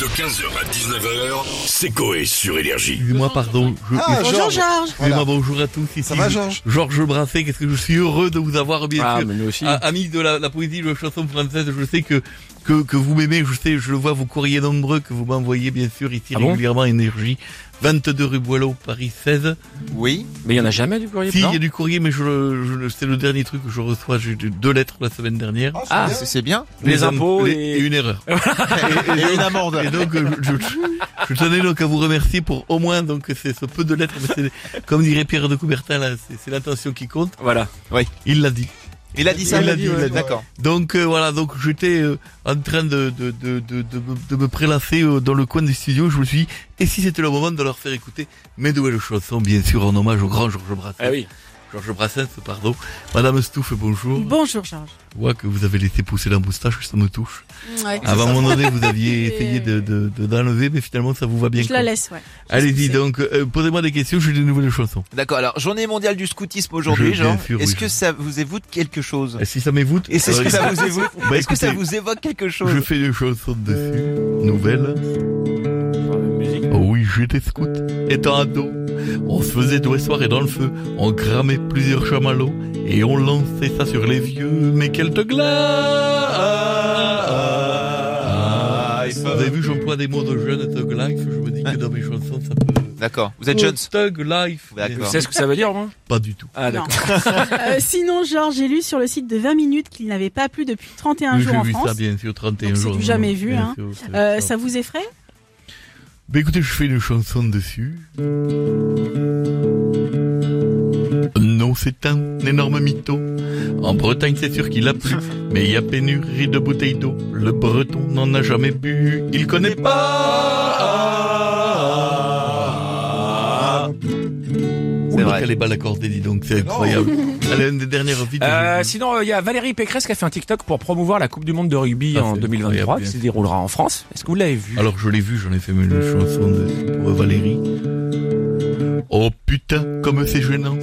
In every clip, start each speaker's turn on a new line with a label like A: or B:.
A: De 15h à 19h, c'est Coé sur Énergie.
B: Excusez-moi, pardon. Je-
C: Ah,
B: excusez-moi,
C: Georges.
D: Bonjour Georges.
C: Voilà.
B: bonjour à tous. Ici,
C: Ça va, Georges
B: Georges Brassens, qu'est-ce que je suis heureux de vous avoir, bien
E: Ah,
B: sûr.
E: mais nous aussi.
B: Ah, Ami de la, la poésie, de la chanson française, je sais que, que, que vous m'aimez, je sais, je le vois, vos courriers nombreux que vous m'envoyez, bien sûr, ici
E: Ah bon
B: régulièrement, Énergie. 22 rue Boileau, Paris 16.
C: Oui.
E: Mais il y en a jamais du courrier
B: Si,
E: non
B: il y a du courrier, mais je, le- je le- c'est le dernier truc que je reçois. J'ai eu deux lettres la semaine dernière.
C: Ah, c'est
E: Ah,
C: bien. c'est c'est bien.
E: les
B: Des
E: impôts
B: les-
E: et-
B: et une erreur.
C: Et, et une amende.
B: Et donc, euh, je, je- je tenais donc à vous remercier pour au moins donc c'est ce peu de lettres, mais c'est- comme dirait Pierre de Coubertin, là, c'est- c'est l'intention qui compte.
E: Voilà.
B: Il l'a dit.
C: Il a dit ça.
B: Il l'a dit,
C: ouais.
B: il l'a dit.
C: D'accord.
B: Donc euh, voilà, donc j'étais euh, en train de de de de, de me, de me prélasser euh, dans le coin du studio. Je me suis dit, et si c'était le moment de leur faire écouter mes nouvelles chansons, bien sûr en hommage au grand Georges Brassens.
E: Ah oui.
B: Georges Brassens, pardon. Madame Stouff, bonjour.
D: Bonjour Georges.
B: Je vois que vous avez laissé pousser la moustache, ça me touche.
D: Ouais.
B: À un moment donné, vous aviez
D: Et-
B: essayé de de de- d'enlever, mais finalement ça vous va bien.
D: Je la
B: comme
D: laisse, ouais.
B: Allez-y,
D: C'est-
B: donc, euh, posez-moi des questions, j'ai des nouvelles chansons.
C: D'accord. Alors, journée mondiale du scoutisme aujourd'hui,
B: Je-
C: Jean.
B: bien sûr,
C: Est-ce
B: oui,
C: que
B: je-
C: ça vous évoque quelque chose
B: Et si ça m'évoute,
C: Et c'est ce
B: euh,
C: que ça vous évoque
B: Bah,
C: Est-ce que ça
B: écoutez,
C: vous évoque quelque chose
B: je fais des chansons dessus, nouvelles. Oh oui, j'étais scout, étant ado. On se faisait tous les soirs dans le feu, on cramait plusieurs chamallows, et on lançait ça sur les vieux, mais quelle te glace Vous avez vu, j'emploie des mots de jeune, Tug Life, je me dis
C: Hein
B: que dans mes chansons, ça peut...
C: D'accord. Vous êtes jeunes.
B: Tug Life
E: Tu
C: D'accord.
E: sais ce que ça veut dire, moi
B: Pas du tout.
E: Ah,
D: Non.
E: d'accord.
D: Euh, sinon, Georges, j'ai lu sur le site de 20 minutes qu'il n'avait pas plu depuis 31
B: Oui,
D: jours
B: J'ai
D: en
B: vu
D: France.
B: ça, bien sûr, 31
D: Donc, c'est
B: jours.
D: du
B: non,
D: jamais
B: non,
D: vu,
B: bien
D: hein.
B: sûr, c'est
D: Euh,
B: ça.
D: ça vous effraie
B: Bah écoutez, je fais une chanson dessus. Non, c'est un énorme mytho. En Bretagne, c'est sûr qu'il a plu. Mais il y a pénurie de bouteilles d'eau. Le breton n'en a jamais bu. Il connaît pas. C'est
C: C'est vrai.
B: vrai. Elle est mal accordée, dis donc. C'est incroyable. Elle est une des dernières vies.
E: Euh, sinon, euh, il y a Valérie Pécresse qui a fait un TikTok pour promouvoir la Coupe du Monde de rugby
B: Ah,
E: en
B: c'est
E: 2023
B: incroyable,
E: qui
B: bien
E: se déroulera en France. Est-ce que vous l'avez vu
B: Alors je l'ai vu, j'en ai fait une chanson de, pour Valérie. Oh putain, comme c'est gênant.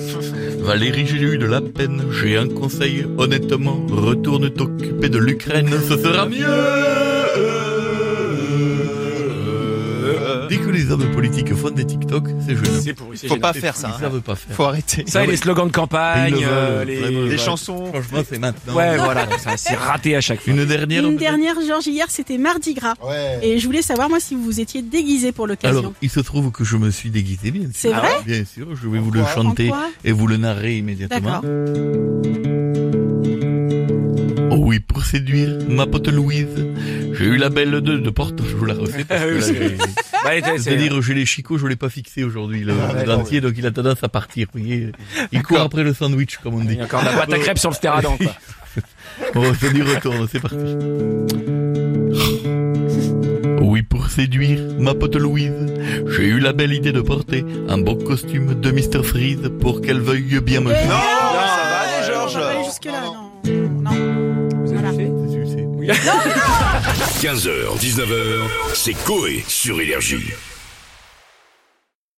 B: Valérie, j'ai eu de la peine. J'ai un conseil, honnêtement, retourne t'occuper de l'Ukraine, ce sera mieux. Dès que les hommes politiques font des TikTok, c'est gênant.
E: C'est pourri, c'est
C: Faut
E: gênant.
C: pas faire ça.
B: Ils
C: hein.
B: savent pas faire.
C: Faut arrêter.
E: Ça, et les slogans de
B: Ils
E: campagne,
B: le
E: euh,
B: veulent,
E: les...
B: vraiment.
C: Des
B: Ouais.
C: chansons.
B: Franchement, c'est maintenant.
E: Ouais, voilà, tout ça, c'est raté à chaque fois.
B: Une dernière.
D: Une dernière, Georges, hier, c'était Mardi Gras.
C: Ouais.
D: Et je voulais savoir, moi, si vous vous étiez déguisé pour
B: Alors,
D: l'occasion.
B: il se trouve que je me suis déguisé, bien sûr.
D: C'est
E: Ah
D: vrai
B: Bien sûr, je vais vous le
C: Pourquoi
D: En
B: chanter.
D: quoi
B: et vous le narrez immédiatement.
D: D'accord.
B: Oh oui, pour séduire ma pote Louise, j'ai eu la belle de, de porte, je vous la refais. parce que
E: Ah oui,
B: là,
E: c'est-
B: j'ai-
E: Ouais, c'est-
B: C'est-à-dire, j'ai les chicots, je l'ai pas fixé aujourd'hui, le
C: Ah,
B: le
C: d'accord,
B: dentier, donc il a tendance à partir. vous voyez. Il court après le sandwich, comme on
E: euh, Il
B: dit.
E: y a encore de la pâte à crêpes sur le stéradant, quoi.
B: Bon, c'est du retourne, c'est parti. Oh Oui, pour séduire ma pote Louise, j'ai eu la belle idée de porter un beau costume de Mr. Freeze pour qu'elle veuille bien me
D: Eh,
B: sucer.
C: Non,
D: alors,
C: ça va, allez,
D: on va
C: Georges.
D: pas aller jusque-là,
C: Non,
D: non. non. Voilà.
B: Sucer.
A: 15h, 19h, c'est Coé sur Énergie.